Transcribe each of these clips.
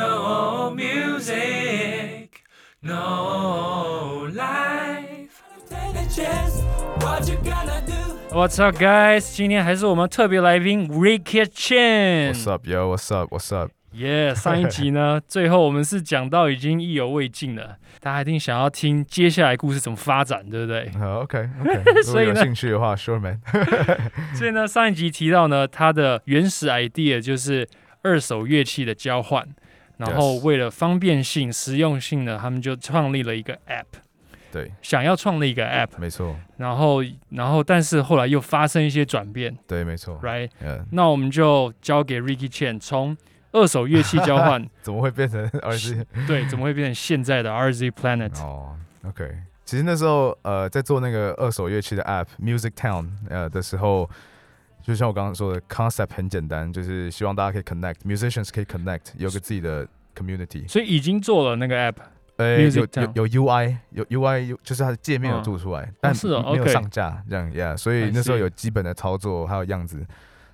No music, no life. What you gonna do? What's up, guys？今天还是我们特别来宾 Ricky What's Chen。 up, yo? What's up? What's up? 耶上一集呢， 最后我们是讲到已经意犹未尽了，大家一定想要听接下来故事怎么发展，对不 对？ Uh, OK, OK. 如果有所以呢-兴趣的话，Sure man. 所以呢，上一集提到呢，它的原始 idea 就是二手乐器的交换，然后 Yes 为了方便性、实用性呢，他们就创立了一个 app， 对，想要创立一个 app，没错，然后然后但是后来又发生一些转变对，没错。 ，right？嗯，那我们就交给 Ricky Chen 从二手乐器交 换，怎么会变成二 G？对，怎么会变成现在的 RZ Planet？ 哦，OK。其实那时候，呃，在做那个二手乐器的 App Music Town，呃的时候，就像我刚刚说的，concept 很简单，就是希望大家可以 connect，musicians 可以 connect，有个自己的 community。所以已经做了那个 app，呃， Music 有 Town 有有 UI，有 UI，有就是它的界面有嗯做出来，但是哦没有 OK 上架这样，Yeah。所 I 以那时候 see 有基本的操作还有样子，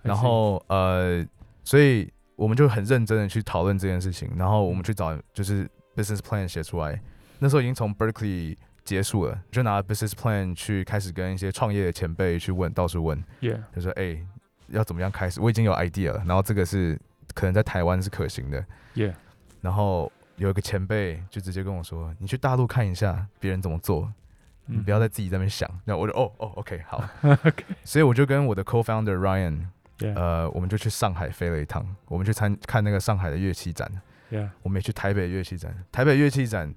然后呃，所以我们就很认真的去讨论这件事情，然后我嗯们去找就是 business plan 写出来。那时候已经从 Berkeley 结束了，就拿 business plan 去开始跟一些创业的前辈去问，到处问， ，yeah，就说哎、要怎么样开始？我已经有 idea 了，然后这个是可能在台湾是可行的。 Yeah 然后有一个前辈就直接跟我说：“你去大陆看一下别人怎么做，你嗯不要再自己在那边想。”那我就哦哦，OK，好。 ，OK，所以我就跟我的 co-founder Ryan， Yeah 呃，我们就去上海飞了一趟，我们去参看那个上海的乐器展， yeah，我们也去台北乐器展，台北乐器展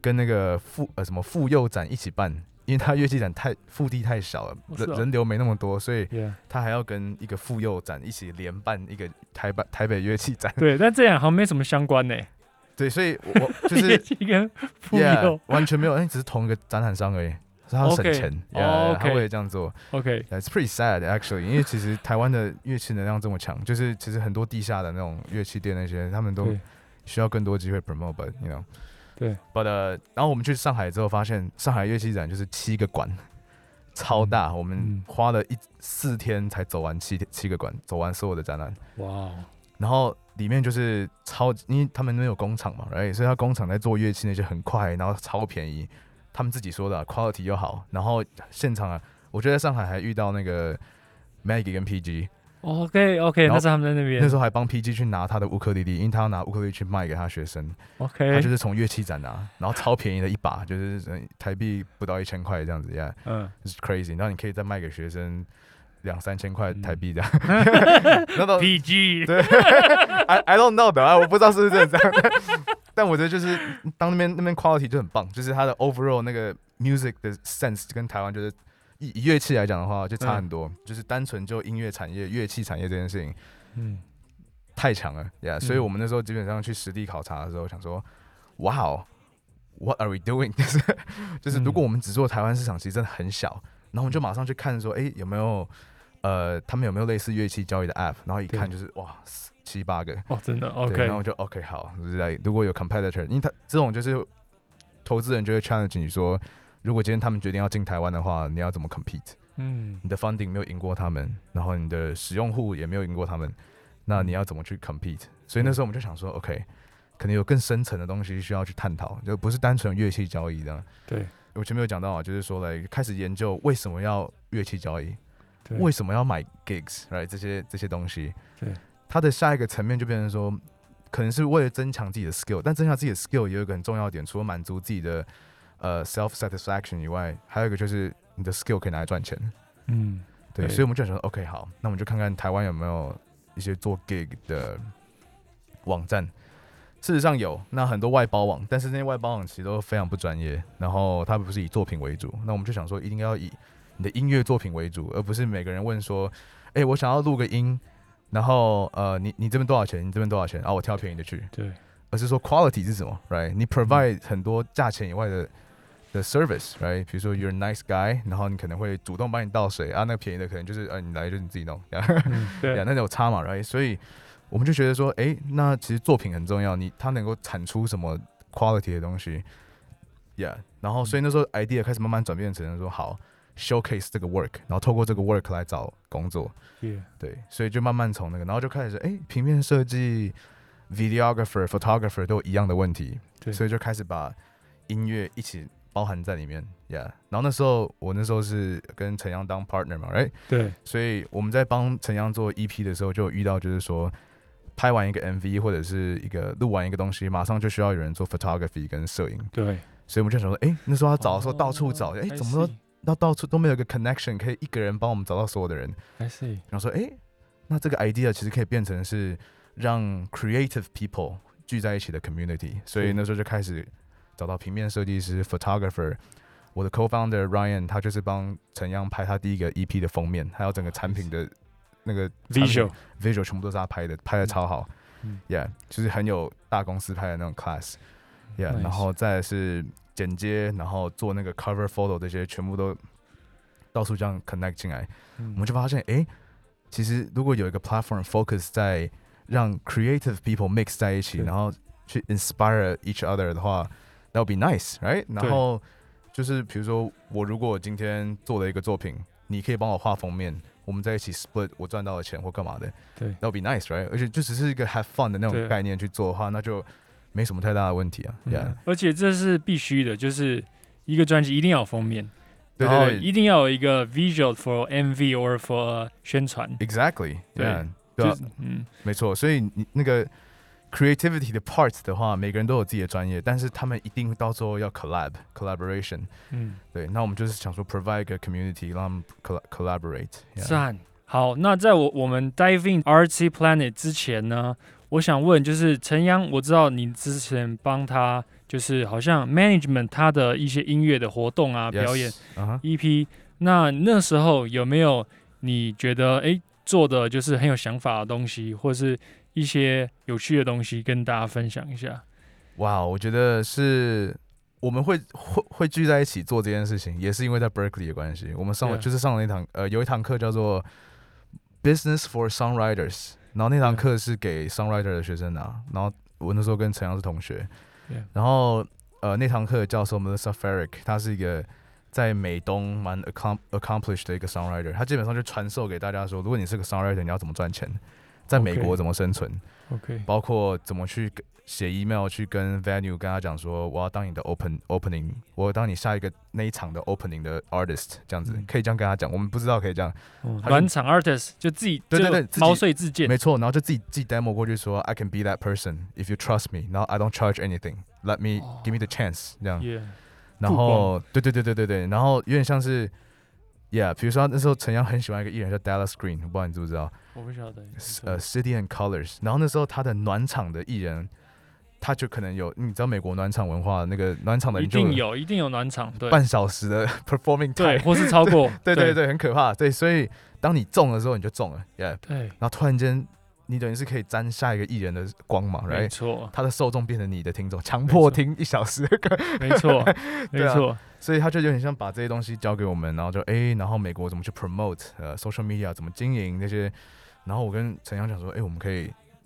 跟那个妇呃什么妇幼展一起办，因为它乐器展太腹地太小了，哦是人哦人流没那么多，所以 yeah，它还要跟一个妇幼展一起联办一个台北台北乐器 展，对，但这样好像没什么相关呢，对，所以我 我就是乐器跟妇 yeah 幼完全没有，哎，只是同一个展览商而已。所以他要省 OK 钱哦 yeah，他 OK 为了这样做， ，OK， It's pretty sad actually，因为其实台湾的乐器能量这么强，就是其实很多地下的那种乐器店那些，他们都对需要更多机会 promote，but you know，对，but 呃、然后我们去上海之后，发现上海乐器展就是七个馆，超大，我们嗯花了一四天才走完七七个馆，走完所有的展览，哇哦，然后里面就是超级，因为他们那边有工厂嘛，right，所以他工厂在做乐器那些很快，然后超便宜，他们自己说的啊、quality 又好，然后现场啊，我觉得在上海还遇到那个 Maggie 跟 PG， OK OK，然后那是他们在那边那时候还帮 PG 去拿他的乌克丽丽，因为他要拿乌克丽丽去卖给他学生，他就，OK，是从乐器展拿，然后超便宜的一把，就是呃台币不到一千块这样子呀、嗯， yeah,，是 crazy，然后你可以再卖给学生两三千块嗯台币这样， 那倒 PG，哦对，I I don't know 的啊，我不知道是不是真的这样， 但但我觉得就是当那边那边 quality 就很棒，就是它的 overall 那个 music 的 sense 跟台湾就是以以乐器来讲的话就差很多，就是单纯就音乐产业、乐器产业这件事情嗯太强了，Yeah，、所以我们那时候基本上去实地考察的时候想说，哇哦，What are we doing？就是 就是如果我们只做台湾市场，其实真的很小，然后我们就马上去看说，诶，有没有呃他们有没有类似乐器交易的 app，然后一看就是哇七八个。哦，真的对， OK，然后我就 OK 好，就是来如果有 competitor，因为他这种就是投资人就会 challenge 你说，如果今天他们决定要进台湾的话，你要怎么 compete？嗯你的 funding 没有赢过他们，然后你的使用户也没有赢过他们，那你要怎么去 compete？所嗯以那时候我们就想说，OK，可能有更深层的东西需要去探讨，就不是单纯乐器交易这样。对，我前面有讲到啊，就是说来开始研究为什么要乐器交易，对为什么要买 gigs，right 这些这些东西。对，它的下一个层面就变成说，可能是为了增强自己的 skill，但增强自己的 skill 也有一个很重要的点，除了满足自己的呃 self satisfaction 以外，还有一个就是你的 skill 可以拿来赚钱。嗯对，对所以我们就想说，OK，好，那我们就看看台湾有没有一些做 gig 的网站。事实上有，那很多外包网，但是那些外包网其实都非常不专业，然后它不是以作品为主。那我们就想说，一定要以你的音乐作品为主，而不是每个人问说，哎、我想要录个音，然后呃，你你这边多少钱？你这边多少钱？啊，我挑便宜的去，对而是说 quality 是什么，right？你 provide 很多价钱以外的的 service，right？比如说 you're a nice guy，然后你可能会主动帮你倒水啊，那便宜的可能就是呃你来就你自己弄， 呀，嗯对那有差嘛，right？所以我们就觉得说，诶，那其实作品很重要，你它能够产出什么 quality 的东西，yeah。然后所以那时候 idea 开始慢慢转变成说，好 showcase 这个 work，然后透过这个 work 来找工作， ，yeah，对，所以就慢慢从那个，然后就开始哎，诶平面设计、 videographer、photographer 都有一样的问题，对所以就开始把音乐一起包含在里面，Yeah。然后那时候我那时候是跟陈阳当 partner 嘛，Right？对所以我们在帮陈阳做 EP 的时候，就有遇到就是说，拍完一个 MV 或者是一个录完一个东西，马上就需要有人做 photography 跟摄影，对，所以我们就想说，哎、那时候他找的时候哦到处找，哎、 I 怎么 see，到到处都没有一个 connection 可以一个人帮我们找到所有的人， ？I see，然后说，哎、那这个 idea 其实可以变成是让 creative people 聚在一起的 community，所以是那时候就开始找到平面设计师 photographer。我的 co-founder Ryan，他就是帮陈阳拍他第一个 EP 的封面，还有整个产品的那个产品 visual visual 全部都是他拍的，拍的超好、嗯 y e a h 就是很有大公司拍的那种 class，yeah，、 Nice 然后再来是剪接，然后做那个 cover photo 这些全部都到处这样 connect 进来，嗯我们就发现，诶，其实如果有一个 platform focus 在让 creative people mix 在一起，对然后去 inspire each other 的话，that would be nice，right？然后就是比如说，我如果今天做了一个作品，你可以帮我画封面，我们在一起 split 我赚到的钱或干嘛的对，that would be nice，right？而且就只是一个 have fun 的那对种概念去做的话，那就没什么太大的问题啊。嗯 Yeah，而且这是必须的，就是一个专辑一定要有封面，对然后对对一定要有一个 visual for MV or for 宣传， ，exactly，对 yeah，对就啊是，嗯，没错，所以你那个 creativity 的 parts 的话，每个人都有自己的专业，但是他们一定到最后要 collab collaboration。嗯，对，那我们就是想说 provide 一个 community 让他们 colla- collaborate。Yeah 赞。好，那在我我们 Diving RC Planet 之前呢，我想问，就是陈阳，我知道你之前帮他，就是好像 management 他的一些音乐的活动啊、表演 Yes，嗯哼 EP，那那时候有没有你觉得诶做的就是很有想法的东西，或是一些有趣的东西跟大家分享一下？哇、我觉得是我们会会会聚在一起做这件事情，也是因为在 Berkeley 的关系。我们上了 Yeah 就是上了一堂呃，有一堂课叫做 Business for Songwriters，然后那堂 Yeah 课是给 songwriter 的学生拿，然后我那时候跟陈阳是同学 Yeah 然后呃那堂课的教授 Melissa Ferrick，他是一个。在美东蛮 accom accomplished 的一个 songwriter，他基本上就传授给大家说，如果你是个 songwriter，你要怎么赚钱，在美 OK 国怎么生存。 OK，包括怎么去跟写 email 去跟 venue 跟他讲说，我要当你的 open opening，我要当你下一个那一场的 opening 的 artist，这样子、嗯可以这样跟他讲。我们不知道可以这样，他就暖场 artist 就自己对对对就自己毛遂自荐没错。然后就自己自己 demo 过去说，I can be that person if you trust me，然后 I don't charge anything，let me、哦 give me the chance，这样。 ，Yeah，然后对对对对对对，然后有点像是，Yeah，比如说那时候陈阳很喜欢一个艺人叫 Dallas Green，我不知道你知不知道。我不晓得，呃 City and Colors，然后那时候他的暖场的艺人，他就可能有，你知道美国暖场文化，那个暖场的一人就定有，一定有暖场，对半小时的 performing 对， time，或是超过， 对对对对，很可怕，对，所以当你中的时候你就中了，yeah，对，然后突然间你等于是可以沾下一个艺人的光芒没，right？错，他的受众变成你的听众，强没错迫听一小时的 歌，没错，没对啊错，所以他就有点像把这些东西交给我们，然后就诶，然后美国怎么去 promote 呃 social media 怎么经营这些，然后我跟陈阳讲说，诶，我们可以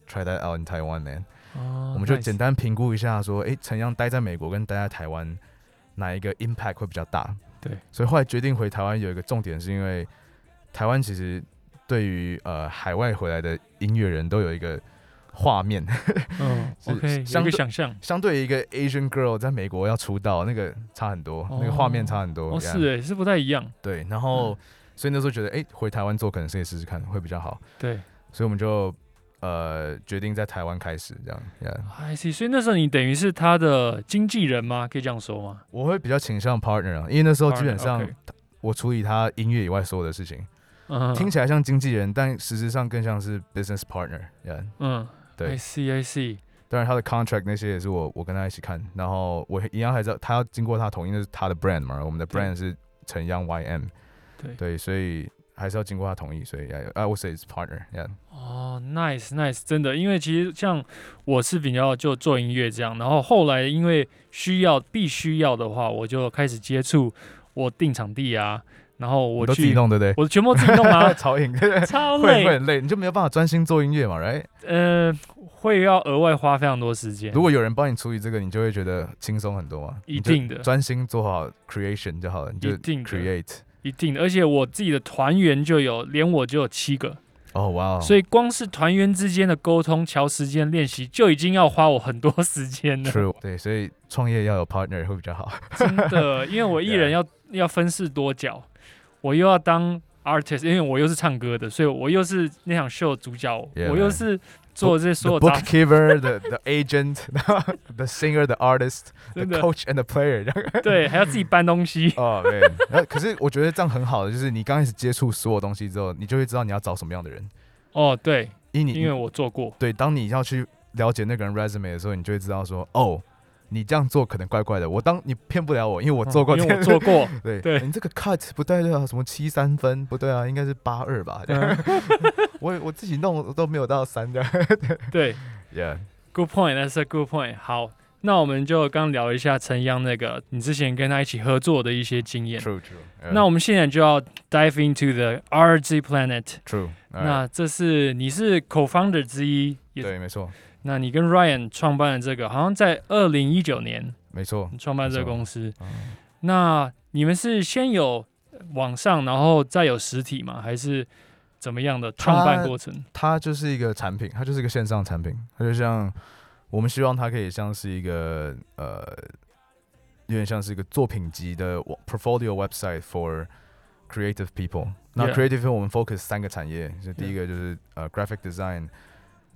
try that out in Taiwan man。哦我们就 nice 简单评估一下，说，诶，陈阳待在美国跟待在台湾哪一个 impact 会比较大？对，所以后来决定回台湾有一个重点，是因为台湾其实对于呃海外回来的音乐人都有一个画面， 嗯是，OK，有相一个对想象，相对于一个 Asian girl 在美国要出道，那个差很多，那个画面差很多。哦， yeah 是嗯诶，是不太一样，对，然后、所以那时候觉得，诶，回台湾做可能可以试试看，会比较好，对所以我们就呃决定在台湾开始这样。Yeah. ，I see，所以那时候你等于是他的经纪人吗？可以这样说吗？我会比较倾向 partner 啊，因为那时候基本 Partner，上 OK 我处理他音乐以外所有的事情，嗯，听起来像经纪人，但实质上更像是 business partner。Yeah，嗯，对 i see I see，当然他的 contract 那些也是我我跟他一起看，然后我一样还是要他要经过他同意，那是他的 brand 嘛，我们的对 brand 是陈央 YM，对对，所以还是要经过他同意，所以 I I would say it's partner。Yeah，哦，nice nice，真的，因为其实像我是比较就做音乐这样，然后后来因为需要必须要的话，我就开始接触我定场地啊，然后我你都自己去，弄对不对？，我全部自己弄啊 超硬，超会会累，很累，你就没有办法专心做音乐嘛，right？呃，会要额外花非常多时间如，果有人帮你处理这个，你就会觉得轻松很多嘛。一定的 你就专心做好 creation 就好了，你就一定的 create。一定的，而且我自己的团员就有，连我就有七个，哦哇哦，所以光是团员之间的沟通、调时间、练习，就已经要花我很多时间了。 true 对，所以创业要有 partner 会比较好。真 的，因为我艺人啊要要分饰多角，我又要当 artist，因为我又是唱歌的，所以我又是那场秀的主角 Yeah, 我又是做这 所 The 有杂 bookkeeper, the the agent, the singer, the artist, the 真的 coach and the player 这样。。对，还要自己搬东西 哦，对。那可是我觉得这样很好的，就是你刚开始接触所有东西之后，你就会知道你要找什么样的人。哦，对，因为你因为我做过，对，当你要去了解那个人 resume 的时候，你就会知道说，哦，你这样做可能怪怪的。我当你骗不了我，因为我做过嗯这因个，为我做 过。对哎对你这个 cut 不对啊，什么七三分不对啊，应该是八二吧？嗯 我我自己弄都没有到三的。对 Yeah， ，good point，that's a good point。好，那我们就刚聊一下陈央那个你之前跟他一起合作的一些经验。 true true。那我们现在就要 dive into the RG Planet。 true，alright，那这是你是 co-founder 之一，也对，没错，那你跟 Ryan 创办了这个，好像在二零一九年没错。你创办这个没错公司。嗯那你们是先有网上，然后再有实体吗？还是怎么样的创办过程？它就是一个产品，它就是一个线上产品，它就像我们希望它可以像是一个呃，有点像是一个作品集的网 portfolio website for creative people。那 Yeah. creative people 我们 focus 三个产业，就第一 Yeah. 个就是呃 graphic design，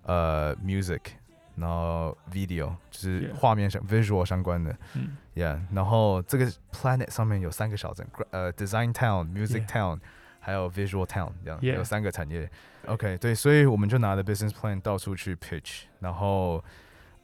呃 music，然后 video 就是 Yeah. 画面相 visual 相关的。嗯 Yeah，然后这个 planet 上面有三个小镇，gra- 呃，Design Town、Music Yeah Town，、还有 Visual Town，这样 Yeah 有三个产业。OK，对，所以我们就拿着 business plan 到处去 pitch，然后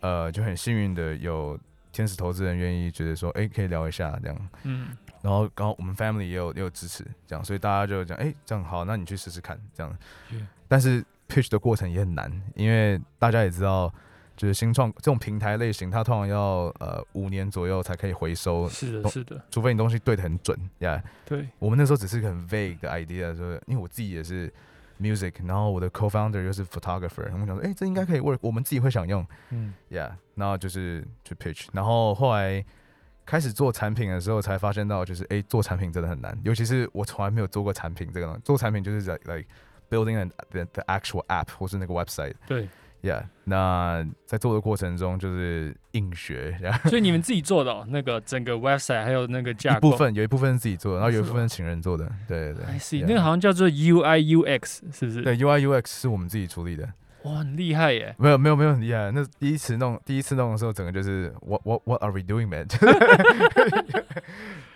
呃就很幸运的有天使投资人愿意觉得说，哎，可以聊一下这样。嗯，然后刚好我们 family 也有也有支持，这样，所以大家就讲，哎，这样好，那你去试试看，这样。 Yeah 但是 pitch 的过程也很难，因为大家也知道，就是新创这种平台类型，它通常要呃五年左右才可以回收，是的，懂是的，除非你东西对的很准呀。Yeah 对，我们那时候只是一个很 vague 的 idea，说，因为我自己也是 music，然后我的 co-founder 又是 photographer，我们想说，哎、这应该可以 work，我们自己会想用。嗯 Yeah，然后就是去 pitch，然后后来开始做产品的时候，才发现到就是诶，做产品真的很难，尤其是我从来没有做过产品这个东西，做产品就是在 like building an, the the actual app 或是那个 website。对， Yeah，那在做的过程中就是硬学，然后所以你们自己做的、哦、那个整个 website 还有那个架一构部分有一部分是自己做的，然后有一是部分是请人做的。对对对，I see， yeah 那个好像叫做 UI UX，是不是？，对 UI UX 是我们自己处理的，哇，很厉害耶！没有没有没有很厉害。那第一次弄第一次弄的时候，整个就是 what what what are we doing man？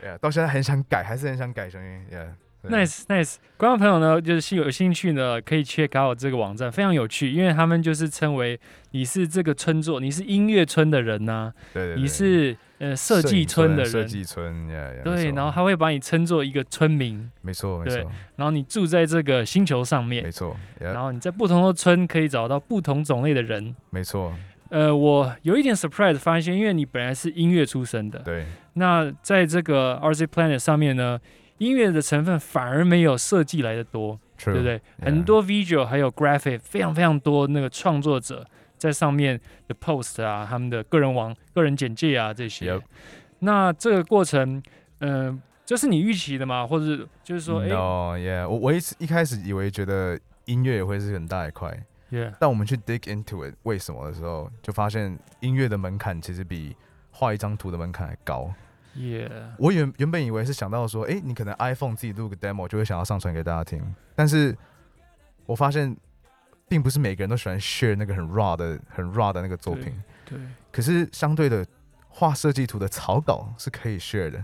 yeah, 到现在很想改，还是很想改声音。Yeah, 对 Nice, nice。观众朋友呢，就是有兴趣呢，可以 check out 这个网站，非常有趣，因为他们就是称为你是这个村做，你是音乐村的人呐、对对对，你是呃设摄计影村的设人，计村。Yeah, yeah, 对，没错然后他会把你称作一个村民，没错没对错然后你住在这个星球上面没，错然，yeah, 后你在不同的村可以找到不同种类的人。没错，呃，我有一点 surprise 发现，因为你本来是音乐出身的，对那在这个 RC Planet 上面呢，音乐的成分反而没有设计来的多。 ，true，对不对？ Yeah 很多 visual 还有 graphic 非常非常多那个创作者在上面的 post 啊，他们的个人网、个人简介啊这些。 Yep 那这个过程，嗯、这是你预期的吗？或者就是说，哎、 No, yeah，我我一直一开始以为觉得音乐也会是很大一块， yeah, 但我们去 dig into it 为什么的时候，就发现音乐的门槛其实比画一张图的门槛还高。 yeah，我原原本以为是想到说，诶，你可能 iPhone 自己录个 demo 就会想要上传给大家听，但是我发现，并不是每个人都喜欢 share 那个很 raw 的、很 raw 的那个作品。对。可是相对的，画设计图的草稿是可以 share 的，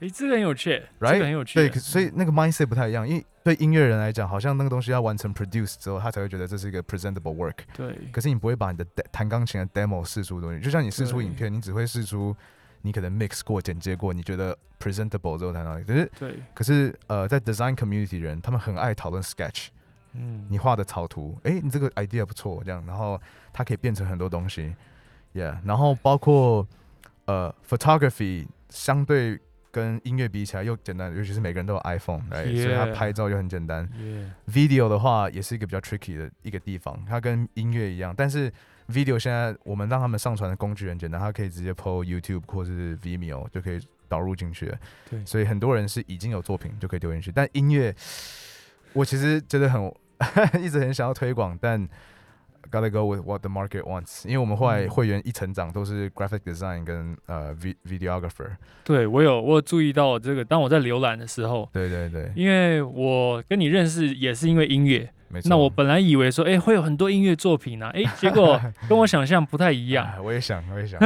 哎，这个很有趣这 Right？个很有趣。对，可所以那个 mindset 不太一样，因为对音乐人来讲，好像那个东西要完成 produce 之后，他才会觉得这是一个 presentable work。对可是你不会把你的 de- 弹钢琴的 demo 试出东西，就像你试出对影片，你只会试出你可能 mix 过、剪接过，你觉得 presentable 之后才拿。可是对，可是呃，在 design community 人，他们很爱讨论 sketch，嗯，你画的草图，诶，你这个 idea 不错，这样，然后它可以变成很多东西，yeah，然后包括呃 photography 相对。跟音乐比起来又简单，尤其是每个人都有 iPhone，哎、所以他 Yeah 拍照又很简单。 yeah, Video 的话也是一个比较 tricky 的一个地方，它跟音乐一样，但是 Video 现在我们让他们上传的工具很简单，它可以直接 PO YouTube 或是 Vimeo 就可以导入进去了。对所以很多人是已经有作品就可以丢进去，但音乐我其实觉得很 一直很想要推广，但 gotta go with what the market wants。因为我们后来嗯会员一成长都是 graphic design 跟呃 vi- videographer。对我有我有注意到这个，当我在浏览的时候，对对对，因为我跟你认识也是因为音乐，没错。那我本来以为说，哎、会有很多音乐作品 啊，哎、结果跟我想象不太一一 样。哎我也想，我 也想。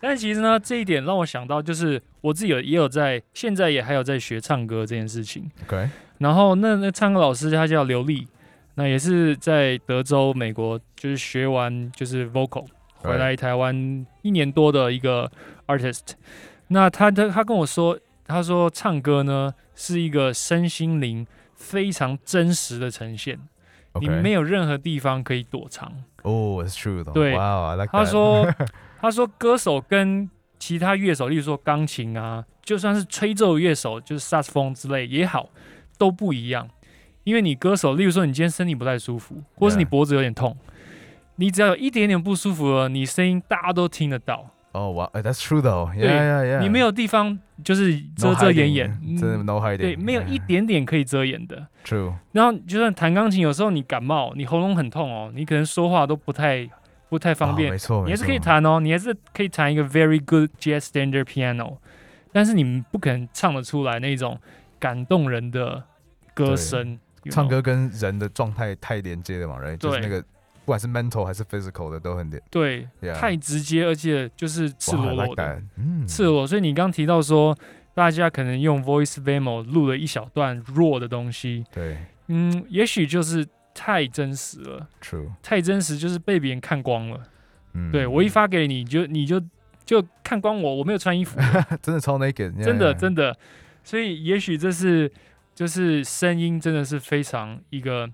但其实呢，这一点让我想到，就是我自己有也有在，现在也还有在学唱歌这件事情。 OK，然后那那唱歌老师他叫刘丽，那也是在德州美国，就是学完就是 vocal 回来台湾一年多的一个 artist。那他他他跟我说，他说唱歌呢是一个身心灵非常真实的呈现。你 OK，没有任何地方可以躲藏。哦、oh,，It's true 的。对哇、wow,，他说，他说歌手跟其他乐手，例如说钢琴啊，就算是吹奏乐手，就是萨克斯风之类也好，都不一样。因为你歌手，例如说你今天身体不太舒服，或是你 Yeah 脖子有点痛，你只要有一点点不舒服了，你声音大家都听得到，哦，哇哎，That's true 的。Yeah 对 yeah yeah。你没有地方就是遮遮掩掩，嗯真的 no hiding。对，没有一 yeah，点点可以遮掩的。 true。然后就算弹钢琴，有时候你感冒，你喉咙很痛哦，你可能说话都不太不太方哦便没，错，你还是没可以错。弹哦，你还是可以弹一个 very good jazz standard piano，但是你们不可能唱得出来那种感动人的歌声。you know 唱歌跟人的状态太连接了嘛，right？就是对那个不管是 mental 还是 physical 的都很连。对 Yeah，太直接，而且就是赤裸 Wow, I 裸 like 的， that，嗯，赤裸。所以你刚提到说，大家可能用 voice memo 录了一小段弱的东西，对嗯，也许就是太真实了， ，true，太真实就是被别人看光了。嗯，对我一发给你，你就你就就看光我，我没有穿衣服。真的超 naked，真的的真的，所以也许这是就是声音真的是非常一个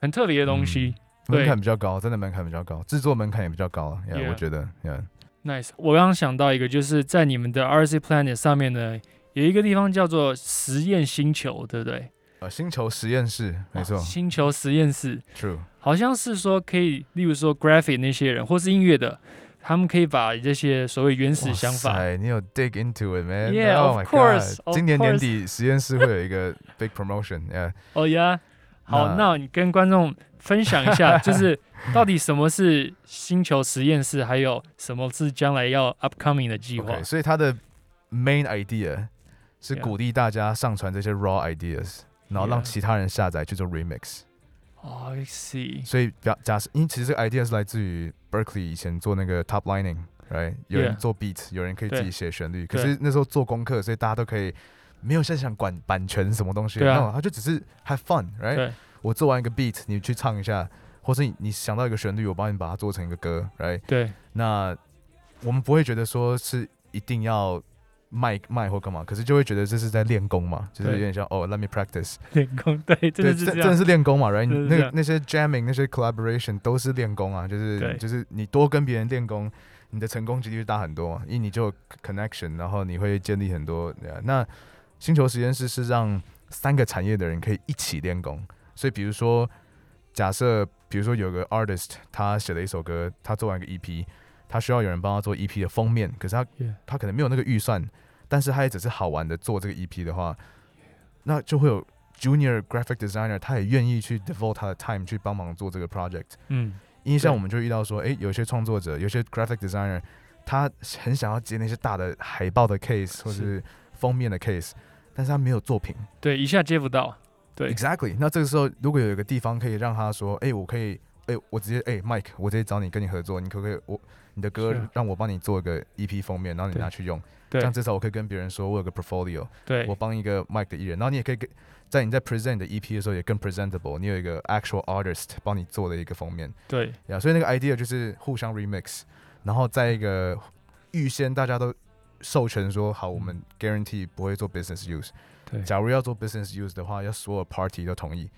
很特别的东西。对门槛比较高，真的门槛比较高，制作门槛也比较高啊 Yeah ，yeah，我觉得，yeah，嗯 nice，我刚刚想到一个，就是在你们的 RC Planet 上面呢，有一个地方叫做实验星球，对不对？呃，星球实验室，没错哦星球实验室，true，好像是说可以，例如说 graphic 那些人，或是音乐的，他们可以把这些所谓原始哇想法。塞，你有 dig into it man， Yeah, Oh of my course, god， of 今年年底实验室会有一个 big promotion，yeah，哦呀，好，那那你跟观众分享一 下，就是到底什么是星球实验室，还有什么是将来要 upcoming 的计划 OK，所以他的 main idea 是 Yeah 鼓励大家上传这些 raw ideas，然后 Yeah 让其他人下载去做 remix。哦 I see，所以假假设，因为其实这个 idea 是来自于 Berkeley 以前做那个 top lining，right？有人 Yeah 做 beat，有人可以对自己写旋律。可对是那时候做功课，所以大家都可以没有现在想管版权什么东西，对啊没有他就只是 have fun，right？对我做完一个 beat，你去唱一下，或是你你想到一个旋律，我帮你把它做成一个歌，right？对 那我们不会觉得说是一定要卖卖或干嘛，可是就会觉得这是在练功嘛，就是对有点像哦、l e t me practice，练功，对，真对，的是真这真的样，是练功嘛，right？真的是这那个样那些 jamming 那些 collaboration 都是练功啊，就对是就是你多跟别人练功，你的成功几率就大很多嘛，因为你就有 connection，然后你会建立很多。对啊那星球实验室是让三个产业的人可以一起练功，所以比如说假设，比如说有个 artist 他写了一首歌，他做完一个 EP，他需要有人帮他做 EP 的封面，可是他 Yeah 他可能没有那个预算，但是他也只是好玩的做这个 EP 的话，那就会有 junior graphic designer 他也愿意去 devote 他的 time 去帮忙做这个 project。嗯，因为像对我们就遇到说，诶，有些创作者，有些 graphic designer，他很想要接那些大的海报的 case 或是封面的 case，但是他没有作品。对，一下接不到，对 Exactly。那这个时候，如果有一个地方可以让他说，诶，我可以，诶，我直接，诶 m i k e 我直接找你跟你合作，你可不可以我你的歌是啊让我帮你做一个 EP 封面，然后你对拿去用，这对样至少我可以跟别人说我有个 portfolio，对我帮一个 Mike 的艺人，然后你也可以给在你在 present 的 EP 的时候也更 presentable，你有一个 actual artist 帮你做的一个封面对呀所以那个 idea 就是互相 remix，然后在一个预先大家都授权说好，我们嗯 guarantee 不会做 business use，对假如要做 business use 的话，要所有 party 都同意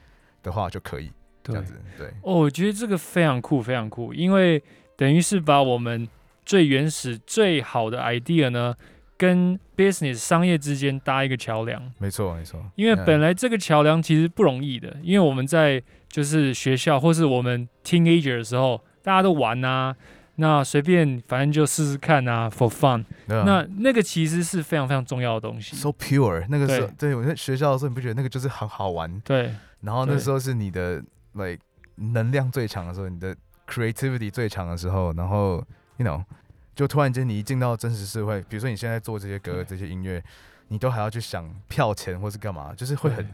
的话就可以这对样。子，对哦，我觉得这个非常酷，非常酷，因为等于是把我们最原始、最好的 idea 呢，跟 business 商业之间搭一个桥梁。没错没错，因为 Yeah 本来这个桥梁其实不容易的，因为我们在就是学校或是我们 teenager 的时候，大家都玩啊，那随便反正就试试看啊，for fun、对啊那那个其实是非常非常重要的东西。 so pure 那个时候，对对我在学校的时候，你不觉得那个就是很好玩，对然后那对时候是你的 like 能量最强的时候，你的 creativity 最强的时候，然后 you know，就突然间你一进到真实社会，比如说你现在做这些歌、对这些音乐，你都还要去想票钱或是干嘛，就是会很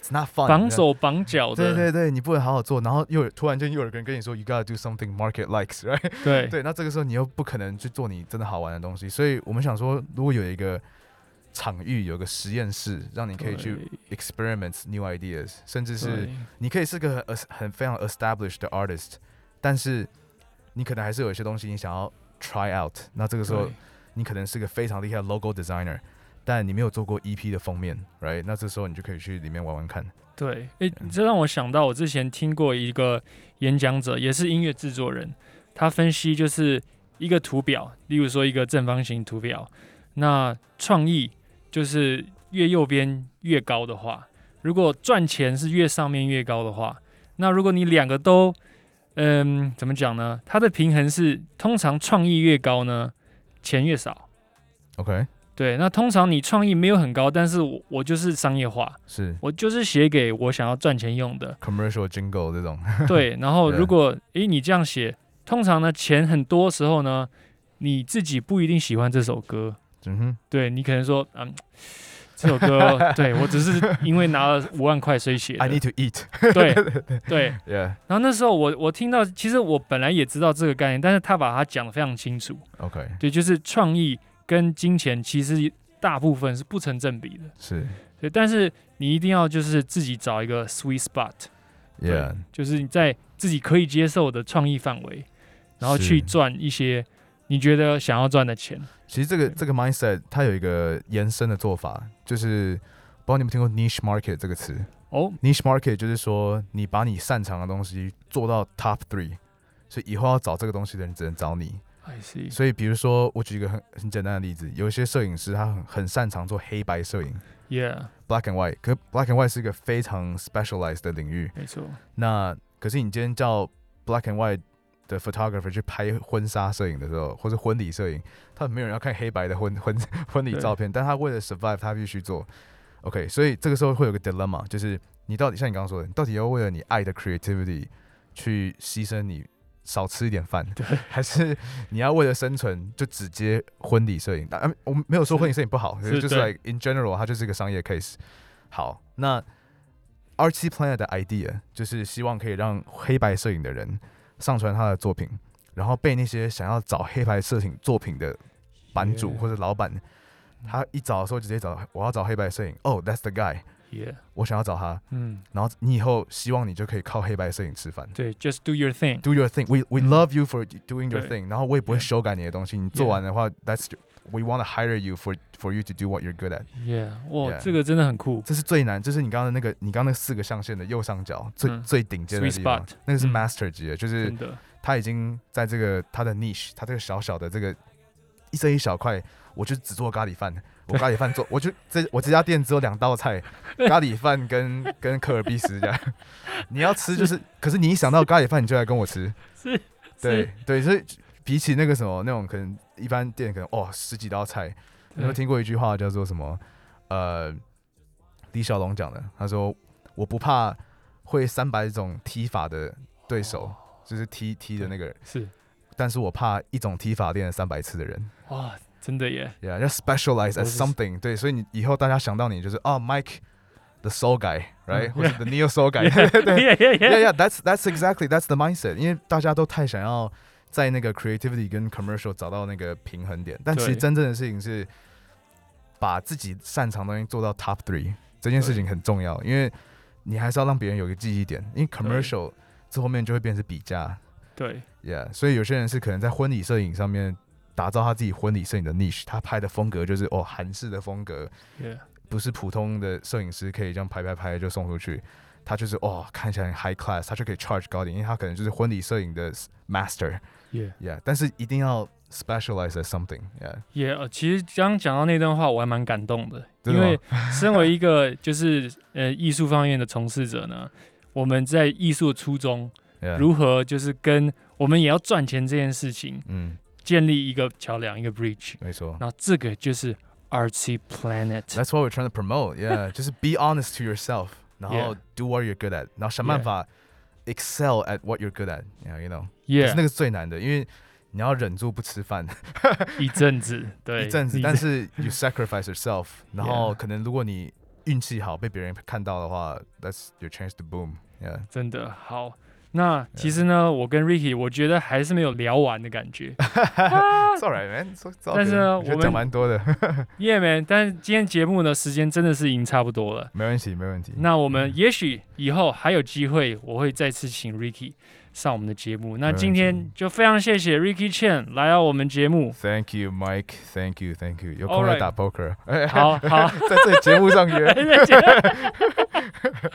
it's not fun，绑你知道吗。手绑脚对的，对对，你不能好好做，然后又有突然间又有人跟你说，you gotta do something market likes，right？对 对，那这个时候你又不可能去做你真的好玩的东西，所以我们想说，如果有一个场域，有个实验室，让你可以去 experiments new ideas，甚至是对你可以是个很 es- 很非常 established 的 artist，但是你可能还是有一些东西你想要 try out。那这个时候对你可能是个非常厉害的 logo designer，但你没有做过 EP 的封面，right？那这时候你就可以去里面玩玩看。对，诶、这让我想到我之前听过一个演讲者，也是音乐制作人，他分析就是一个图表，例如说一个正方形图表，那创意就是越右边越高的话，如果赚钱是越上面越高的话，那如果你两个都，嗯，怎么讲呢？它的平衡是通常创意越高呢，钱越少。 OK，对，那通常你创意没有很高，但是我我就是商业化，是我就是写给我想要赚钱用的， commercial jingle 这种， 对，然后对如果诶你这样写，通常呢钱很多时候呢，你自己不一定喜欢这首歌，嗯哼，对你可能说嗯。这首 歌对我只是因为拿了五万块所以写 I 的 need，to eat。啊对对。 Yeah. 然后那时候我我听到，其实我本来也知道这个概念，但是他把它讲得非常清楚， OK，对，就是创意跟金钱其实大部分是不成正比的，是对。但是你一定要就是自己找一个 sweet spot，对，Yeah，就是你在自己可以接受的创意范围，然后是去赚一些你觉得想要赚的钱。其实这个对这个 mindset 它有一个延伸的做法，就是不知道你们听过 niche market 这个词哦， ？niche market 就是说你把你擅长的东西做到 top three，所以以后要找这个东西的人只能找你。 I see，所以比如说，我举一个很很简单的例子，有一些摄影师他很很擅长做黑白摄影 yeah， （black and white），可 black and white 是一个非常 specialized 的领域。没错，那可是你今天叫 black and white 的 photographer 去拍婚纱摄影的时候，或是婚礼摄影，他没有人要看黑白的婚 婚婚礼对照片，但他为了 survive，他必须做。OK，所以这个时候会有个 dilemma，就是你到底像你刚刚说的，你到底要为了你爱的 creativity 去牺牲你少吃一点饭，对， 还是你要为了生存就只接婚礼摄影？当然，我们没有说是婚礼摄影不好，可是是就是对 like in general，它就是一个商业 case。好，那 R T Planet 的 idea 就是希望可以让黑白摄影的人上传他的作品，然后被那些想要找黑白摄影作品的版主 Yeah 嗯或者老板，他一找的时候直接找我要找黑白摄影，哦、t h a t s the guy， ，yeah，我想要找他，嗯，然后你以后希望你就可以靠黑白摄影吃饭。对，just do your thing， do your thing. We we 嗯 love you for doing your 对 thing. 然后我也不会 Yeah 修改你的东西。你做 Yeah 完的话，that's we want to hire you for for you to do what you're good at. ，yeah，哇， Yeah 这个真的很酷，这是最难，这是你刚刚的那个，你刚刚那四个象限的右上角最嗯最顶尖的 Sweet 地方 spot，那个是嗯 master 级的，就是真的，他已经在这个他的 niche，他这个小小的这个一这一小块，我就只做咖喱饭。 我咖喱饭做，我就这我这家店只有两道菜，咖喱饭跟跟科尔必斯这样。 你要吃就是，可是你一想到咖喱饭，你就来跟我吃。是，对是，对，所以比起那个什么那种可能一般店可能哦十几道菜，你有没有对听过一句话叫做什么？呃，李小龙讲的，他说我不怕会三百种踢法的对手，哦就是踢踢的那个人，是，但是我怕一种踢法练了三百次的人。哇，真的耶， Yeah，要 specialize 我 at 是 something。对，所以你以后大家想到你就是哦，Mike the soul guy，right，嗯或者 the neo soul guy， yeah yeah yeah, yeah， yeah, that's that's exactly that's the mindset. 因为大家都太想要在那个 creativity 跟 commercial 找到那个平衡点，但其实对真正的事情是把自己擅长的东西做到 top three，这件事情很重要，因为你还是要让别人有一个记忆点，因为 commercial 这后面就会变成比价对， ，yeah，所以有些人是可能在婚礼摄影上面打造他自己婚礼摄影的 niche，他拍的风格就是哦韩式的风格， yeah，不是普通的摄影师可以这样拍拍拍就送出去，他就是哦看起来很 high class，他就可以 charge 高点，因为他可能就是婚礼摄影的 master，yeah， yeah。但是一定要 specialize at something，yeah，也、呃其实刚刚讲到那段话，我还蛮感动的，真因的吗 为身为一个就是呃艺术方面的从事者呢，我们在艺术初衷 yeah, 如何就是跟我们也要赚钱这件事情嗯，建立一个桥梁，一个 bridge，没错然后这个就是 Artsy Planet， ，that's what we're trying to promote，yeah，就是 be honest to yourself，然后 Yeah do what you're good at，然后想办法 excel at what you're good at. You know, you know，可是那 Yeah，个是最难的，因为你要忍住不吃饭一阵 子，对，一阵子，你但是 you sacrifice yourself，然后 Yeah 可能如果你运气好被别人看到的话，that's your chance to boom。Yeah， 真的好。那其实呢，我跟 Ricky 我觉得还是没有聊完的感 觉 it's alright man，it's- it's all 但是呢 good 我觉我得讲们蛮多的， ，Yeah man。但是今天节目呢，时间真的是已经差不多了。没问题，没问题。那我们也许以后还有机会，我会再次请 Ricky 上我们的节目。那没问今天题就非常谢谢 Ricky Chen 来到我们节目。 Thank you, Mike. Thank you, Thank you. 有空 Alright 来打 poker， 好好在这里节目上约。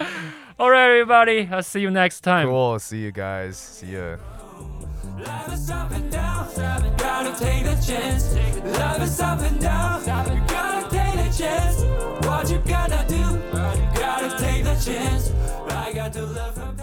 ，All right, everybody, I'll see you next time. Cool. See you guys. See ya. Life is up and down, gotta take the chance. Love is up and down, you gotta take the chance. What you gonna do? Gotta take the chance. I got to love her.